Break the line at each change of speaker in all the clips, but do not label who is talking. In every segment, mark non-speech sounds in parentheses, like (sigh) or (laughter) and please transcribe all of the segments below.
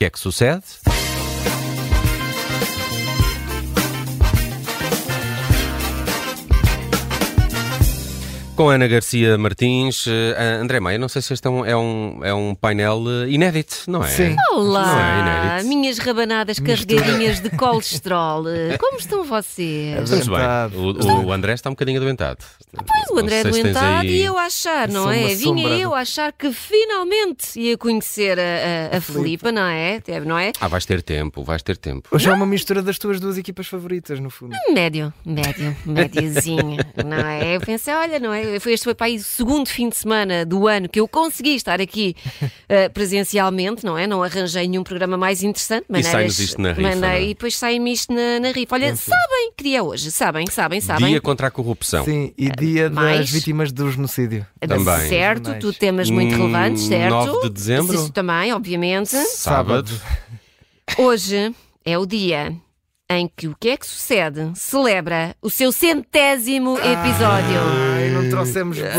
que é que sucede? Com Ana Garcia Martins, eh, André Maia, não sei se este é um, é um, é um painel eh, inédito, não é?
Sim.
Não é
Olá,
inédito.
minhas rabanadas carregadinhas de colesterol. eh, Como estão vocês?
Estamos bem.
Adoentado.
O, o André está um bocadinho adoentado.
Pois, o André
Não sei se tens
doentado
aí-
e eu a achar, não
Sou uma
é? Vinha
sombra.
eu a achar que finalmente ia conhecer a, a, a Filipa, não é? Teve, Não é?
Ah, vais ter tempo, vais ter tempo.
Hoje é uma mistura das tuas duas equipas favoritas, no fundo.
Médio, médio,
(laughs)
médiozinho, não é? Eu pensei, olha, não é? Foi- Este foi para aí o segundo fim de semana do ano que eu consegui estar aqui eh, presencialmente, não é? Não arranjei nenhum programa mais interessante.
sai-nos isto na rifa, não é?
E depois sai-me isto na, na rifa. Olha, sabem que dia é hoje, sabem, sabem, sabem.
Dia contra a corrupção.
Sim, e dia
mais? É
das vítimas do genocídio.
É também.
Certo,
Jornais.
tu temas muito
Hum,
relevantes, certo?
9 de dezembro?
Isso também, obviamente.
Sábado.
Hoje é o dia em que o que é que sucede celebra o seu centésimo
Ah,
episódio.
Ai, não trouxemos boa.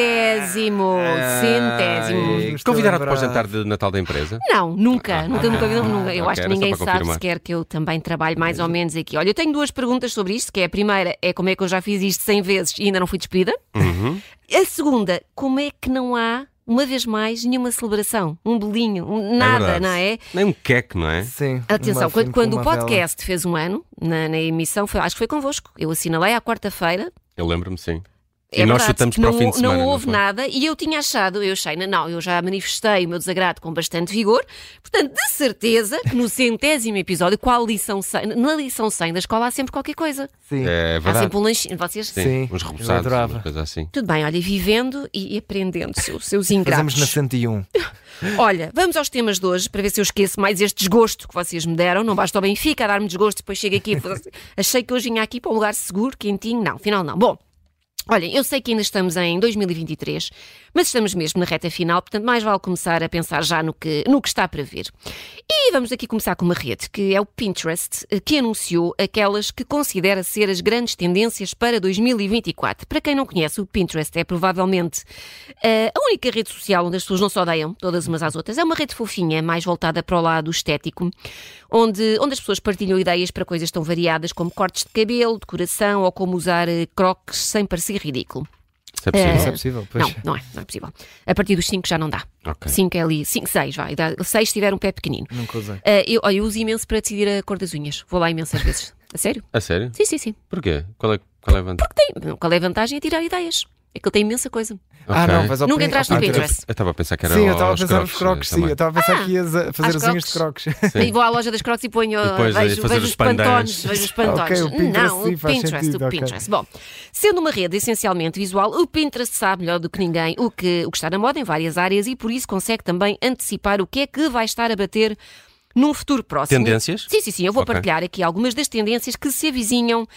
Centésimo, centésimo.
Ai. Estou
Convidar-te para o
lembrado.
jantar de Natal da empresa?
Não, nunca, nunca, nunca, nunca. Eu
ok,
acho
era
que
só
ninguém
para
sabe
confirmar.
sequer que eu também trabalho mais ou menos aqui. Olha, eu tenho duas perguntas sobre isto, que é a primeira é como é que eu já fiz isto 100 vezes e ainda não fui despedida. A segunda, como é que não há, uma vez mais, nenhuma celebração, um bolinho, um- nada,
verdade.
não é?
Nem um queque, não é?
Sim.
Atenção,
uma
quando,
fim
quando
com
o
uma
podcast fez um ano, na, na emissão, foi- acho que foi convosco. Eu assinalei à quarta-feira.
Eu lembro-me, sim. E
É
nós
verdade,
chutamos para
não,
o fim de semana.
Não houve
foi?
nada e eu tinha achado, eu achei, não, não, eu já manifestei o meu desagrado com bastante vigor. Portanto, de certeza que no centésimo episódio, qual lição 100, na lição 100 da escola há sempre qualquer coisa.
vela. Sim.
É
Há
verdade.
sempre um lanchinho. Vocês.
Sim,
Sim,
uns
eu
reboçados,
adorava.
uma coisa assim.
Tudo bem, olha, vivendo e e aprendendo seus, seus
Fazemos
ingratos.
na 101.
(laughs) Olha, vamos aos temas de hoje para ver se eu esqueço mais este desgosto que vocês me deram. Não basta o Benfica a dar-me desgosto, depois chego aqui e falo assim, achei que hoje vinha aqui para um lugar seguro, quentinho. Não, afinal não. Bom. Olha, eu sei que ainda estamos em 2023, mas estamos mesmo na reta final, portanto, mais vale começar a pensar já no que, no que está para vir. E vamos aqui começar com uma rede, que é o Pinterest, eh, que anunciou aquelas que considera ser as grandes tendências para 2024. Para quem não conhece, o Pinterest é provavelmente eh, a única rede social onde as pessoas não se odeiam todas umas às outras. É uma rede fofinha, mais voltada para o lado estético, onde, onde as pessoas partilham ideias para coisas tão variadas como cortes de cabelo, decoração ou como usar eh, croques sem parecer ridículo.
Isso é possível.
Isso é possível, pois.
Não, não é, não é possível. A partir dos 5 já não dá.
Ok.
5 é ali, 5, 6 vai. 6 se tiver um pé pequenino.
Nunca usei.
Ah, eu, olha, eu uso imenso para decidir a cor das unhas. Vou lá imensas vezes. (laughs) A sério?
A sério?
Sim, sim, sim.
Porquê? Qual é, qual é a vantagem?
Tem- Qual é a vantagem? É tirar ideias. É que ele tem imensa coisa.
Ah,
Ok.
não, vais ao
Nunca
prin-
entraste
ao
no
eu-
Pinterest.
Pinterest.
Eu estava a pensar que era
Sim, eu
aos eh,
estava a pensar nos crocs, sim. Eu
também.
estava a pensar que ias a fazer
às
as unhas de crocs.
(laughs)
E vou à loja das crocs e ponho.
Depois aí
vejo,
fazer
vejo
os
os pantones.
pandanas.
Vejo os pantones.
Ok, o Pinterest
não,
sim,
o
faz
Pinterest.
sentido,
o
ok.
Pinterest. Bom, sendo uma rede essencialmente visual, o Pinterest sabe melhor do que ninguém o que, o que está na moda em várias áreas e por isso consegue também antecipar o que é que vai estar a bater num futuro próximo.
Tendências?
Sim, sim, sim. Eu vou
Ok.
partilhar aqui algumas das tendências que se avizinham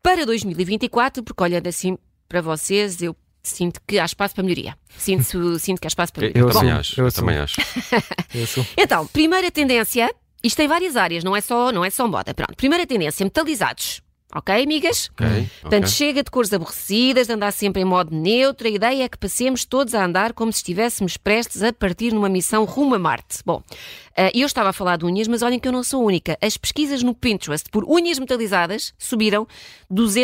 para 2024, porque olhando assim para vocês, eu sinto que há espaço para melhoria. Sinto, sinto que há espaço para
Eu,
melhoria.
eu também
assumo,
acho.
eu
Eu
assumo.
também acho.
Eu sou-
Então, primeira tendência, isto tem várias áreas, não é só, não é só moda. Pronto, primeira tendência, metalizados. Ok, amigas?
Ok, ok.
Uhum. Portanto, chega de cores aborrecidas, de andar sempre em modo neutro. A ideia é que passemos todos a andar como se estivéssemos prestes a partir numa missão rumo a Marte. Bom, eh, eu estava a falar de unhas, mas olhem que eu não sou a única. As pesquisas no Pinterest por unhas metalizadas subiram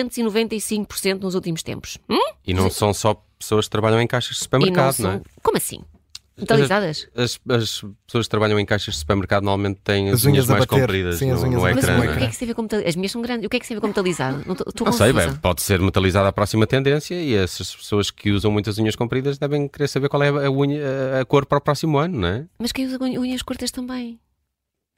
295% nos últimos tempos. Hum?
E não são só pessoas que trabalham em caixas de
E não
supermercado, É não,
são...
é?
Como assim? Metalizadas?
As, as pessoas que trabalham em caixas de supermercado normalmente têm as,
As unhas a
mais
bater.
compridas
Sim,
no,
as unhas
no
a bater.
ecrã. não
Mas
o
é?
que é que se vê com metalizado? As minhas são grandes. E o que é que se vê com metalizado? Não estou
Não sei, bem,
confusa.
pode ser metalizada à próxima tendência e essas pessoas que usam muitas unhas compridas devem querer saber qual é a, unha- a cor para o próximo ano, não é?
Mas quem usa unhas- unhas curtas também?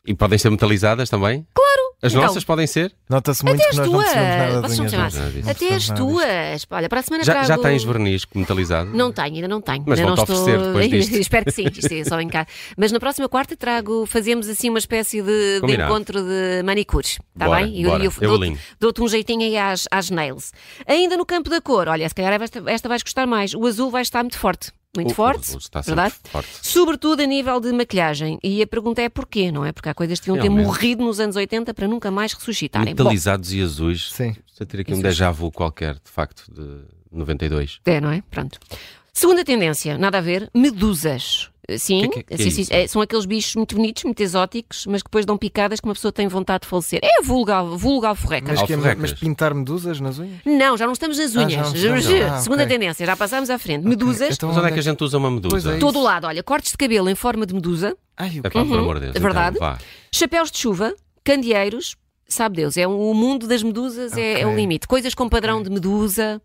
E podem ser metalizadas também? Claro! As
Então.
nossas podem ser?
Nota-se muito
Até
que
as
nós não
tuas!
percebemos nada das
Vocês não
unhas.
percebem
não.
nada disso.
Não
Até
percebemos
as
nada disso.
tuas. Olha, para a semana
Já,
trago...
já tens verniz metalizado?
Não tenho, ainda não tenho.
Mas
ainda não
vão-te
estou...
oferecer depois disto.
(laughs) Espero que sim, isto é só em casa. Mas na próxima quarta trago, fazemos assim uma espécie de, de
Combinado.
encontro de manicures. Está
Bora,
bem?
bora. Eu
dou-te-
alinho.
dou-te um jeitinho aí às, às nails. Ainda no campo da cor, olha, se calhar esta, esta vais gostar mais. O azul vai estar muito forte. Muito
O- o
forte.
azul está sempre
verdade?
forte.
Sobretudo a nível de maquilhagem. E a pergunta é porquê, não é? Porque há coisas que deviam ter
Realmente.
morrido nos anos 80 para nunca mais ressuscitarem. Bom,
Metalizados e azuis.
Sim.
Estou a ter aqui um déjà vu qualquer, de facto, de 92.
É, não é? Pronto. Segunda tendência, nada a ver, medusas. Sim,
Que que- que é
sim, sim,
isso?
é, são aqueles bichos muito bonitos, muito exóticos, mas que depois dão picadas que uma pessoa tem vontade de falecer. É vulgar, vulgar forreca.
Mas, que é-
Alforrecas.
mas pintar medusas nas unhas?
Não, já não estamos nas unhas.
já não
Já-
estamos.
já-
Ah,
(laughs) Segunda
ok.
tendência, já passámos à frente. Medusas,
Então
Mas onde é que a gente usa uma
Pois
medusa?
é.
todo o lado. Olha, cortes de cabelo em forma de medusa,
Ai, o
Epá,
quê?
por amor de Deus.
é verdade.
Então, vá.
chapéus de chuva, candeeiros, sabe Deus, é um- o mundo das medusas é, é o
Ok.
limite. Coisas com padrão de medusa.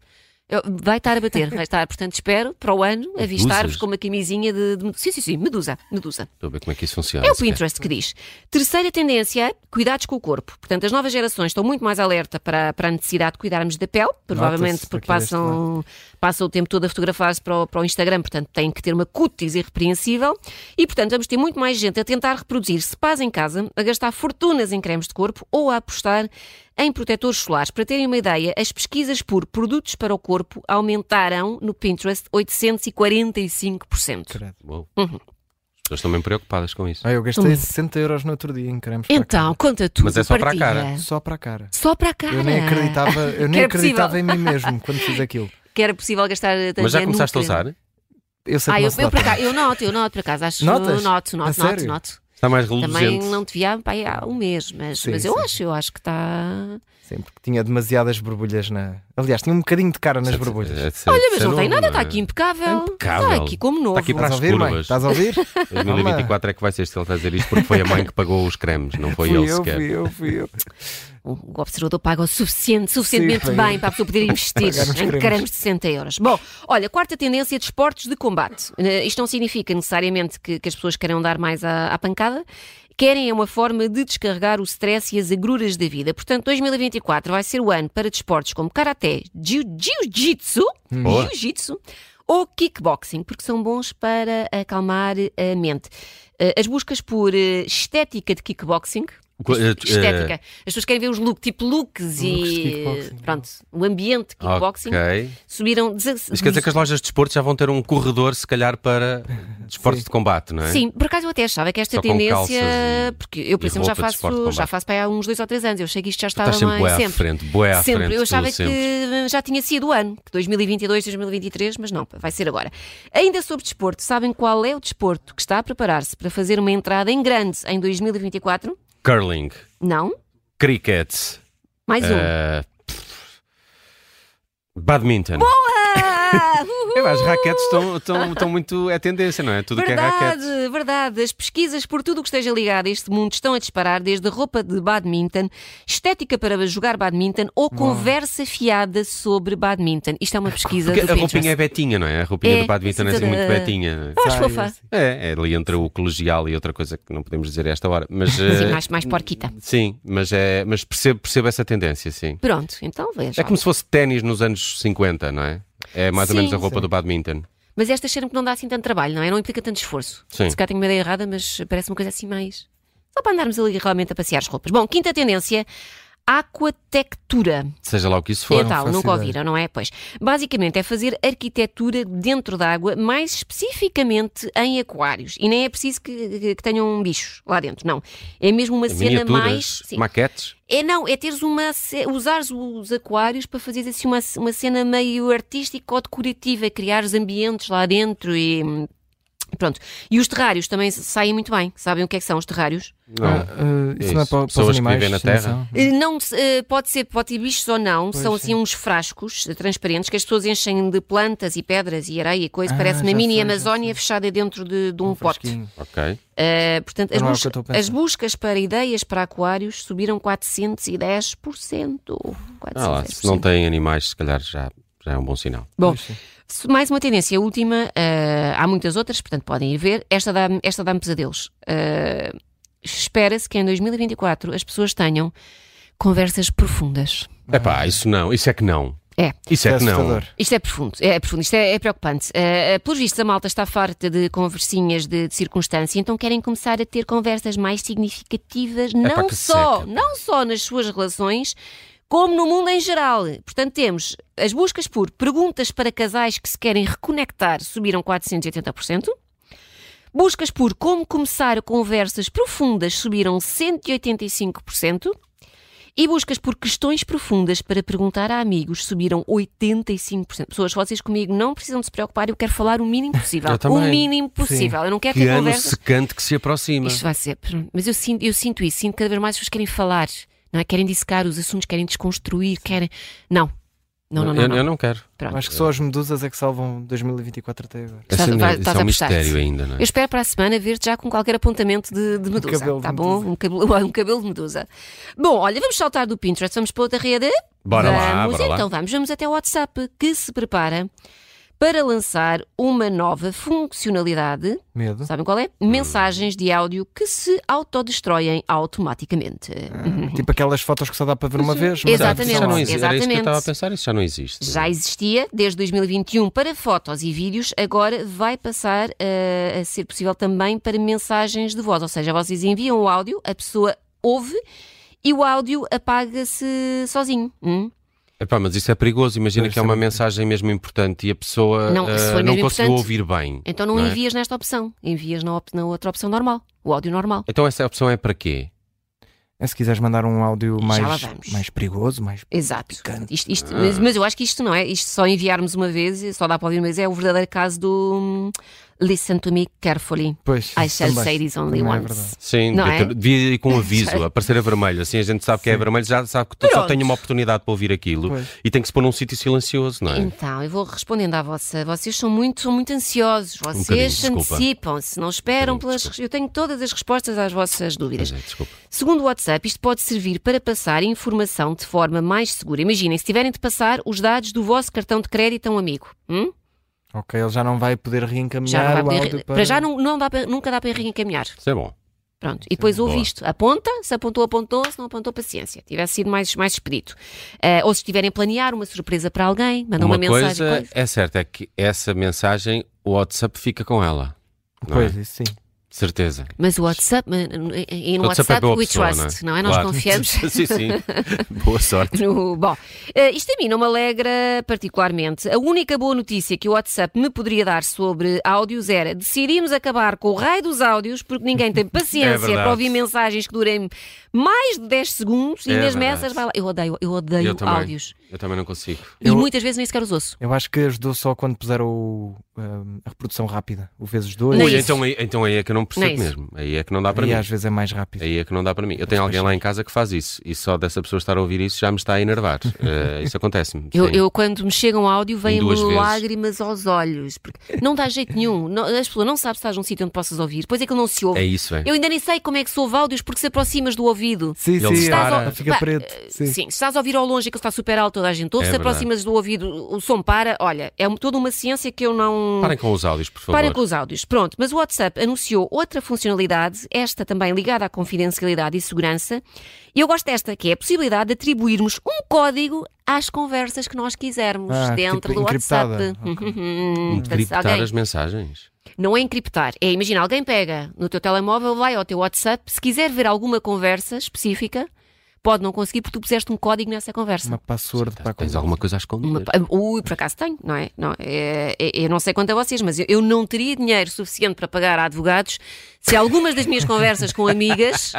Eu- Vai estar a bater, vai estar. Portanto, espero para o ano avistar-vos
Medusas?
com uma camisinha de, de. Sim, sim, sim, medusa, medusa.
Estou a ver como é que isso funciona.
É o
sequer.
Pinterest que diz. Terceira tendência, cuidados com o corpo. Portanto, as novas gerações estão muito mais alerta para, para a necessidade de cuidarmos da pele, provavelmente
Nota-se
porque
é
aqui deste
passam, passam o tempo todo a fotografar-se para, o- para o Instagram, portanto, têm que ter uma cutis irrepreensível. E, portanto, vamos ter muito mais gente a tentar reproduzir spas em casa, a gastar fortunas em cremes de corpo ou a apostar em protetores solares. Para terem uma ideia, as pesquisas por produtos para o corpo aumentaram no Pinterest 845%.
Credo.
Bom. As
Uhum.
pessoas estão bem preocupadas com isso.
Ah, eu gastei
Toma.
60 euros no outro dia em cremes para a
Então, conta tudo.
Mas é só para a cara.
partilha.
cara. Só para a cara.
Só para a cara.
Eu nem
(laughs)
acreditava, eu
Que é
nem
era
acreditava em mim mesmo quando fiz aquilo.
Que era possível gastar tanto
Mas já
dinheiro
começaste a
num
usar?
creme.
Eu sei
Ah,
que
eu,
não se
eu, por
nota.
acaso, eu noto, eu noto por acaso. Acho,
Notas?
Noto,
A
noto, noto,
sério?
noto.
Está mais
Também
reluzente.
não te via pai, há um mês, mas,
Sim,
mas eu
sim.
acho, eu acho que tá- está.
Sim, porque tinha demasiadas borbulhas na. Aliás, tinha um bocadinho de cara nas borbulhas.
é,
Olha, mas não tem nada, está aqui impecável.
Tá
impecável.
Está aqui como novo.
Está aqui para
Estás
as
a ouvir, mãe?
tipo curvas.
Estás
(laughs)
a ouvir?
2024 é que vai ser se ele está a dizer isto, porque foi a mãe que pagou os cremes, não foi
fui
ele
eu,
sequer.
fui eu, fui eu.
O observador paga o suficiente, suficientemente
Sim,
bem,
bem.
para a
(laughs)
pessoa poder investir
Pagar uns
em
cremes.
cremes de 60 euros. (laughs) Bom, olha, quarta tendência, desportos de combate. Eh, Isto não significa necessariamente que, que as pessoas queiram dar mais à, à pancada. Querem é uma forma de descarregar o stress e as agruras da vida. Portanto, 2024 vai ser o ano para desportos como karaté, jiu- jiu-jitsu,
Hum. Boa.
jiu-jitsu ou kickboxing, porque são bons para acalmar a mente. Eh, As buscas por eh, estética de kickboxing,
Co- eh, tu- eh,
estética. As pessoas querem ver os looks, tipo looks
Looks de
e.
kickboxing.
Pronto, o ambiente de kickboxing.
Ok.
Subiram. dezesse-
Isto quer dizer que as lojas de desporto já vão ter um corredor, se calhar, para desportos de combate, não é?
Sim, por acaso eu até achava que esta
Só com
tendência.
calças e-
porque eu, por
e
exemplo, já
roupa de esporte de
faço,
combate.
já faço para aí há uns dois ou três anos. Eu achei que isto já estava
Estás sempre
mais.
boé à
sempre.
frente, boé à
Sempre.
frente.
eu achava
tu,
que
sempre.
já tinha sido o ano, 2022, 2023, mas não, vai ser agora. Ainda sobre desporto, sabem qual é o desporto que está a preparar-se para fazer uma entrada em grande em 2024?
Curling,
Não?
cricket,
Mais um.
eh, pff, badminton.
Ah,
É, mas as raquetes estão, estão, estão muito. É tendência, não é? Tudo que é raquetes.
Verdade, verdade. As pesquisas por tudo o que esteja ligado a este mundo estão a disparar, desde roupa de badminton, estética para jogar badminton ou conversa fiada sobre badminton. Isto é uma pesquisa
Porque
do
a roupinha é
Pinterest.
betinha, não é? A roupinha
É,
do badminton é
assim
assim muito
toda-
betinha.
Eu acho
Saia,
fofa.
assim.
É, é ali entre o colegial e outra coisa que não podemos dizer a esta hora. Mas,
Sim,
eh,
mais, mais porquita.
sim, mas, é, mas percebo, percebo essa tendência, sim.
Pronto, então veja.
É como se fosse ténis nos anos 50, não é? É mais ou
Sim.
menos a roupa do badminton.
Mas esta cheira que não dá assim tanto trabalho, não é? Não implica tanto esforço.
Sim.
Se cá tenho uma ideia errada, mas parece uma coisa assim mais. Só para andarmos ali realmente a passear as roupas. Bom, quinta tendência: aquatectura.
Seja lá o que isso for.
É tal,
faço
nunca
ideia.
ouviram, não é? Pois. Basicamente é fazer arquitetura dentro da água, mais especificamente em aquários. E nem é preciso que, que- que tenham bichos lá dentro, não. É mesmo uma cena
Miniaturas,
mais. sim.
maquetes.
É não, é teres uma. ce- usares os aquários para fazeres assim uma, uma cena meio artística ou decorativa, criares ambientes lá dentro e. hum, Pronto. E os terrários também saem muito bem. Sabem o que é que são os terrários?
Não.
Ah, ah, isso não é
Isso.
para, para
Pessoas
os
que
animais.
vivem na
não
terra.
são?
Eh, Não, se- eh, pode ser, pode ter bichos ou não,
Pois,
são assim
sim.
uns frascos eh, transparentes que as pessoas enchem de plantas e pedras e areia e coisa,
Ah,
parece uma
já sei,
mini
já
Amazónia fechada dentro de, de um, pote.
fresquinho.
Ok.
Eh, portanto, as,
Não é o
bus-
que eu estou a pensar.
as buscas para ideias para aquários subiram 410%. 410%.
Ah lá, se não tem animais, se calhar já, já é um bom sinal.
Bom,
Pois, sim.
se- mais uma tendência, a última, eh, há muitas outras, portanto podem ir ver. Esta dá-me esta dá pesadelos. Eh, Espera-se que em 2024 as pessoas tenham conversas profundas.
É pá, isso não, isso é que não.
É.
Isso é, que não.
Ah. assustador.
Isto é profundo, é profundo, isto é, é preocupante. Uh, pelos vistos, a malta está farta de conversinhas de, de circunstância, então querem começar a ter conversas mais significativas, não
que
só,
seca, pá.
não só nas suas relações, como no mundo em geral. Portanto, temos as buscas por perguntas para casais que se querem reconectar subiram 480%. Buscas por como começar conversas profundas subiram 185%. E buscas por questões profundas para perguntar a amigos subiram 85%. Pessoas, vocês comigo não precisam de se preocupar, eu quero falar o mínimo possível.
Eu também.
O mínimo possível. Eu não quero
Que
ter
ano
conversas.
secante que se aproxima.
Isto vai ser. Mas eu sinto, eu sinto isso, sinto cada vez mais as pessoas querem falar, não é? Querem dissecar os assuntos, querem desconstruir, querem. Não. é- Não, não, não.
eu,
não.
eu não quero.
Pronto.
Acho que só as medusas é que salvam 2024 até agora.
Esse
Estás-
ainda-
vai-
esse
estás
é
a
um
apostar-te.
mistério ainda, não é?
Eu espero para a semana ver-te já com qualquer apontamento de, de medusa.
Um cabelo de
tá bom?
medusa.
Um, cabelo, (laughs) um cabelo de medusa. Bom, olha, vamos saltar do Pinterest, vamos para outra rede.
Bora
vamos,
lá, bora lá.
então vamos, vamos até o WhatsApp que se prepara para lançar uma nova funcionalidade.
Medo.
Sabem qual é? Mensagens de áudio que se autodestroem automaticamente. Uhum.
Tipo aquelas fotos que só dá para ver uma vez. mas
Exato, isso
é Exatamente. é
já não existe. Era
sei lá.
isso que eu
Exatamente.
estava a pensar, isso já não existe.
Uhum.
Já existia desde 2021 para fotos e vídeos, agora vai passar eh, a ser possível também para mensagens de voz. Ou seja, vocês enviam o áudio, a pessoa ouve e o áudio apaga-se sozinho. Hum?
Epá, mas isso é perigoso. Imagina
Deve
que é
ser
uma
muito
mensagem mesmo importante e a pessoa
Não, se
eh,
for
não
mesmo
conseguiu
importante,
ouvir bem.
Então não,
Não é?
envias nesta opção, envias na, op- na outra opção normal, o áudio normal.
Então essa opção é para quê?
É Se quiseres mandar um áudio
Já lá
mais,
vamos.
mais perigoso, mais.
Exato.
Picante. Ah.
Isto- isto- mas, mas eu acho que isto não é. Isto só enviarmos uma vez, só dá para ouvir uma vez, é o verdadeiro caso do hum, Listen to me carefully.
Pois.
I shall
também.
say this only
Também é
once.
verdade.
Sim,
Não
devia,
é?
ter- devia ir
(laughs)
com um aviso, aparecer a vermelho. Assim a gente sabe que é vermelho, já sabe que só
Pronto.
tem uma oportunidade para ouvir aquilo
Pois.
e tem que se pôr num sítio silencioso, não é?
Então, eu vou respondendo à vossa. Vocês são muito, são muito ansiosos.
Um bocadinho,
Vocês
desculpa.
antecipam-se, não esperam
Um bocadinho,
pelas.
desculpa.
Eu tenho todas as respostas às vossas dúvidas.
Mas é, desculpa.
Segundo o WhatsApp, isto pode servir para passar informação de forma mais segura. Imaginem, se tiverem de passar os dados do vosso cartão de crédito a um amigo. hum?
Ok, ele já não vai poder reencaminhar
Já não
o
dá
um áudio
para, para já não, não dá para- nunca dá para reencaminhar.
Isso é bom.
Pronto. E depois ouve
Boa.
isto. Aponta, se apontou, apontou, se não apontou, paciência. Tivesse sido mais, mais expedito. Eh, ou se estiverem a planear uma surpresa para alguém, mandam uma,
uma
mensagem.
coisa
coisa.
é certa, é que essa mensagem, o WhatsApp fica com ela. Não
Pois,
é?
isso sim.
Certeza.
Mas o WhatsApp, eh, eh, e no
WhatsApp é
WhatsApp,
boa
we
pessoa,
trust,
não
não
é?
é? Nós
Claro.
confiamos.
(laughs) sim, sim. Boa sorte.
No- bom, eh, isto a mim não me alegra particularmente. A única boa notícia que o WhatsApp me poderia dar sobre áudios era decidimos acabar com o raio dos áudios porque ninguém
(laughs)
tem
É
paciência
verdade.
para ouvir mensagens que durem mais de 10 segundos e
É
mesmo
verdade.
essas vai lá. Eu odeio, eu odeio
Eu também.
áudios.
Eu também não consigo.
E
Eu-
muitas vezes nem sequer os ouço.
Eu acho que ajudou só quando puseram o, um, a reprodução rápida, o vezes dois.
Não é
Ui,
isso.
então, aí- então aí é que eu não percebo
Não é isso.
mesmo. Aí é que não dá para
e
mim.
às vezes é mais rápido.
Aí é que não dá para mim. Eu tenho alguém lá em casa que faz isso e só dessa pessoa estar a ouvir isso já me está a enervar. (laughs) Eh, isso acontece-me.
Eu,
sim.
eu, quando me chega um áudio, vêm-me
duas vezes.
lágrimas aos olhos. Porque não dá jeito nenhum. Não, as pessoas não sabem se estás num sítio onde possas ouvir. Depois é que ele não se ouve.
É isso, é.
Eu ainda nem sei como é que se ouve áudios porque se aproximas do ouvido.
Sim,
Ele
sim,
dispara.
ela fica
Pá,
preto. Sim.
eh, Sim. se estás a ouvir ao longe e que está super alto, toda a gente
É
ouve, se
verdade.
aproximas do ouvido, o som para. Olha, é um- toda uma ciência que eu não.
Parem com os áudios, por favor.
Para com os áudios. Pronto, mas o WhatsApp anunciou outra funcionalidade, esta também ligada à confidencialidade e segurança. E eu gosto desta, que é a possibilidade de atribuirmos um código às conversas que nós quisermos
Ah,
dentro
tipo
do
encriptada.
WhatsApp.
Ok.
Uhum. Portanto, se
Encriptar
alguém-
Um as mensagens.
Não é encriptar. É, imagina, alguém pega no teu telemóvel, vai ao teu WhatsApp, se quiser ver alguma conversa específica, pode não conseguir porque tu puseste um código nessa conversa.
Uma password para
Tá,
a
Tens
conta.
alguma coisa a esconder.
Uma, pa- ui, por acaso tenho, não é? Não, é, é- eu não sei quanto a vocês, mas eu, eu não teria dinheiro suficiente para pagar a advogados se algumas das minhas conversas com amigas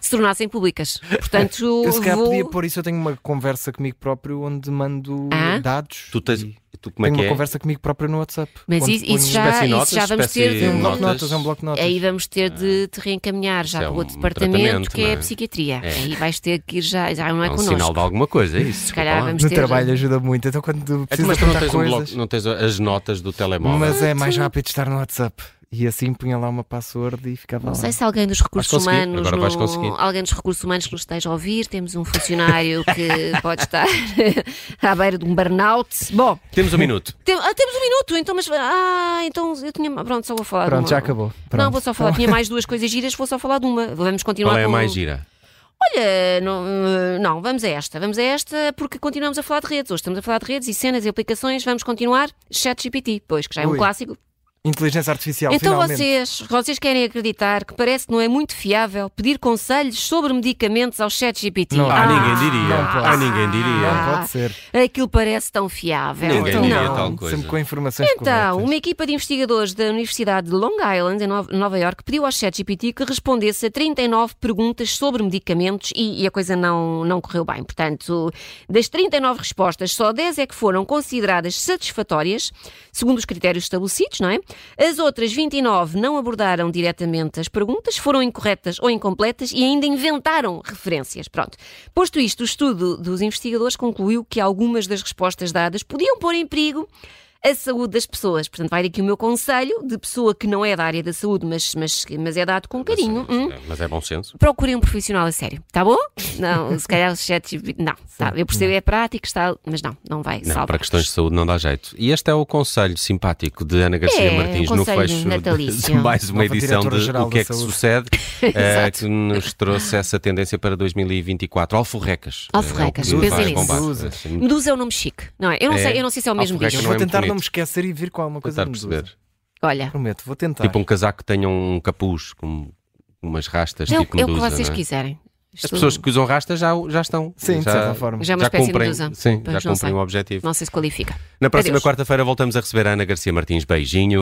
se tornassem públicas. Portanto,
Eu É, se calhar
vou...
podia pôr isso, eu tenho uma conversa comigo próprio onde mando
Ah?
dados.
Tu tens.
e
Tu como é
tenho
que
uma
é?
conversa comigo próprio no WhatsApp.
Mas
onde
isso,
ponho-
isso já,
espécie de
isso
notas,
já vamos ter
espécie
de
É um
notas. Ah.
bloco de notas, é um bloco de notas.
Aí vamos ter de te reencaminhar já
Isso é
para
um
outro departamento
tratamento,
que é
não
a
é?
psiquiatria.
É.
Aí vais ter que ir já, já não é,
É um
connosco.
sinal de alguma coisa, é isso.
Se calhar
desculpa lá.
vamos
No
ter- né?
trabalho ajuda muito, então quando
É,
precisas
mas tu não
contar
tens, um
coisas.
bloco, não tens as notas do telemóvel.
mas é mais rápido estar no WhatsApp. E assim punha lá uma password e ficava
Não
lá.
sei se alguém dos recursos
Vais conseguir,
humanos,
agora vais
não-
conseguir.
alguém dos recursos humanos que nos esteja a ouvir, temos um funcionário
(laughs)
que pode estar (laughs) à beira de um burnout. Bom,
Temos um minuto.
tem- ah, temos um minuto, então mas ah, então eu tinha pronto, só vou falar de
Pronto,
uma.
já acabou.
Não,
Pronto.
vou só falar, tinha mais duas coisas giras, vou só falar de uma. Vamos continuar
Qual é a
com
mais gira?
um Olha, não, eh, não, vamos a esta, vamos a esta porque continuamos a falar de redes. Hoje estamos a falar de redes e cenas e aplicações, vamos continuar. ChatGPT, pois que já é um
Ui.
clássico.
Inteligência artificial,
Então
finalmente.
vocês, vocês querem acreditar que parece que não é muito fiável pedir conselhos sobre medicamentos ao chat GPT?
Não.
Ah,
Ah,
ninguém diria.
não posso.
Ah, ninguém
Não
diria.
Ah.
pode ser.
Aquilo parece tão fiável.
Ninguém
então,
diria
não.
tal coisa.
Sempre com informações
Então,
corretas.
uma equipa de investigadores da Universidade de Long Island, em Nova Nova York, pediu ao ChatGPT que respondesse a 39 perguntas sobre medicamentos e, e a coisa não, não correu bem. Portanto, das 39 respostas, só 10 é que foram consideradas satisfatórias, segundo os critérios estabelecidos, não é? As outras 29 não abordaram diretamente as perguntas, foram incorretas ou incompletas e ainda inventaram referências. Pronto. Posto isto, o estudo dos investigadores concluiu que algumas das respostas dadas podiam pôr em perigo a saúde das pessoas. Portanto, vai aqui o meu conselho de pessoa que não é da área da saúde, mas, mas, mas é dado com carinho. hum?
É, Mas é bom senso.
Procurem um profissional a sério, tá bom? Não, se calhar o chat. Não, tá, eu percebo, é prático, está, mas não, não vai
Não,
salvar.
para questões de saúde não dá jeito. E este é o conselho simpático de Ana Garcia
É, um
Martins no
conselho
fecho de
natalício.
(laughs) mais uma
Nova
edição de
diretora-geral
O que é
da
que
Saúde.
sucede,
(laughs)
eh,
Exato.
que nos trouxe essa tendência para 2024. Alforrecas.
Alforrecas,
Eh, o que
pensem
vai
nisso.
bombar.
Medusa.
Assim,
Medusa é um nome chique, não é? Eu não,
É.
sei, eu não sei se é o mesmo
Alforreca
Eu
bicho.
não
vou
é
tentar
bonito.
não me esquecer e vir com alguma
tentar
coisa de medusa. Tá.
perceber.
Olha,
Prometo, vou tentar.
Tipo um casaco que tenha um capuz com umas rastas,
é, o-
tipo
é o
medusa.
que vocês
não é?
quiserem.
As
Estou-
pessoas que usam rastas já, já estão.
Sim, de
já,
certa forma.
Já é uma espécie de
cumprem,
medusa.
Sim,
Pois
já
não
cumprem
sei.
o objetivo.
Não sei se qualifica.
Na próxima
Adeus.
quarta-feira voltamos a receber a Ana Garcia Martins. Beijinho.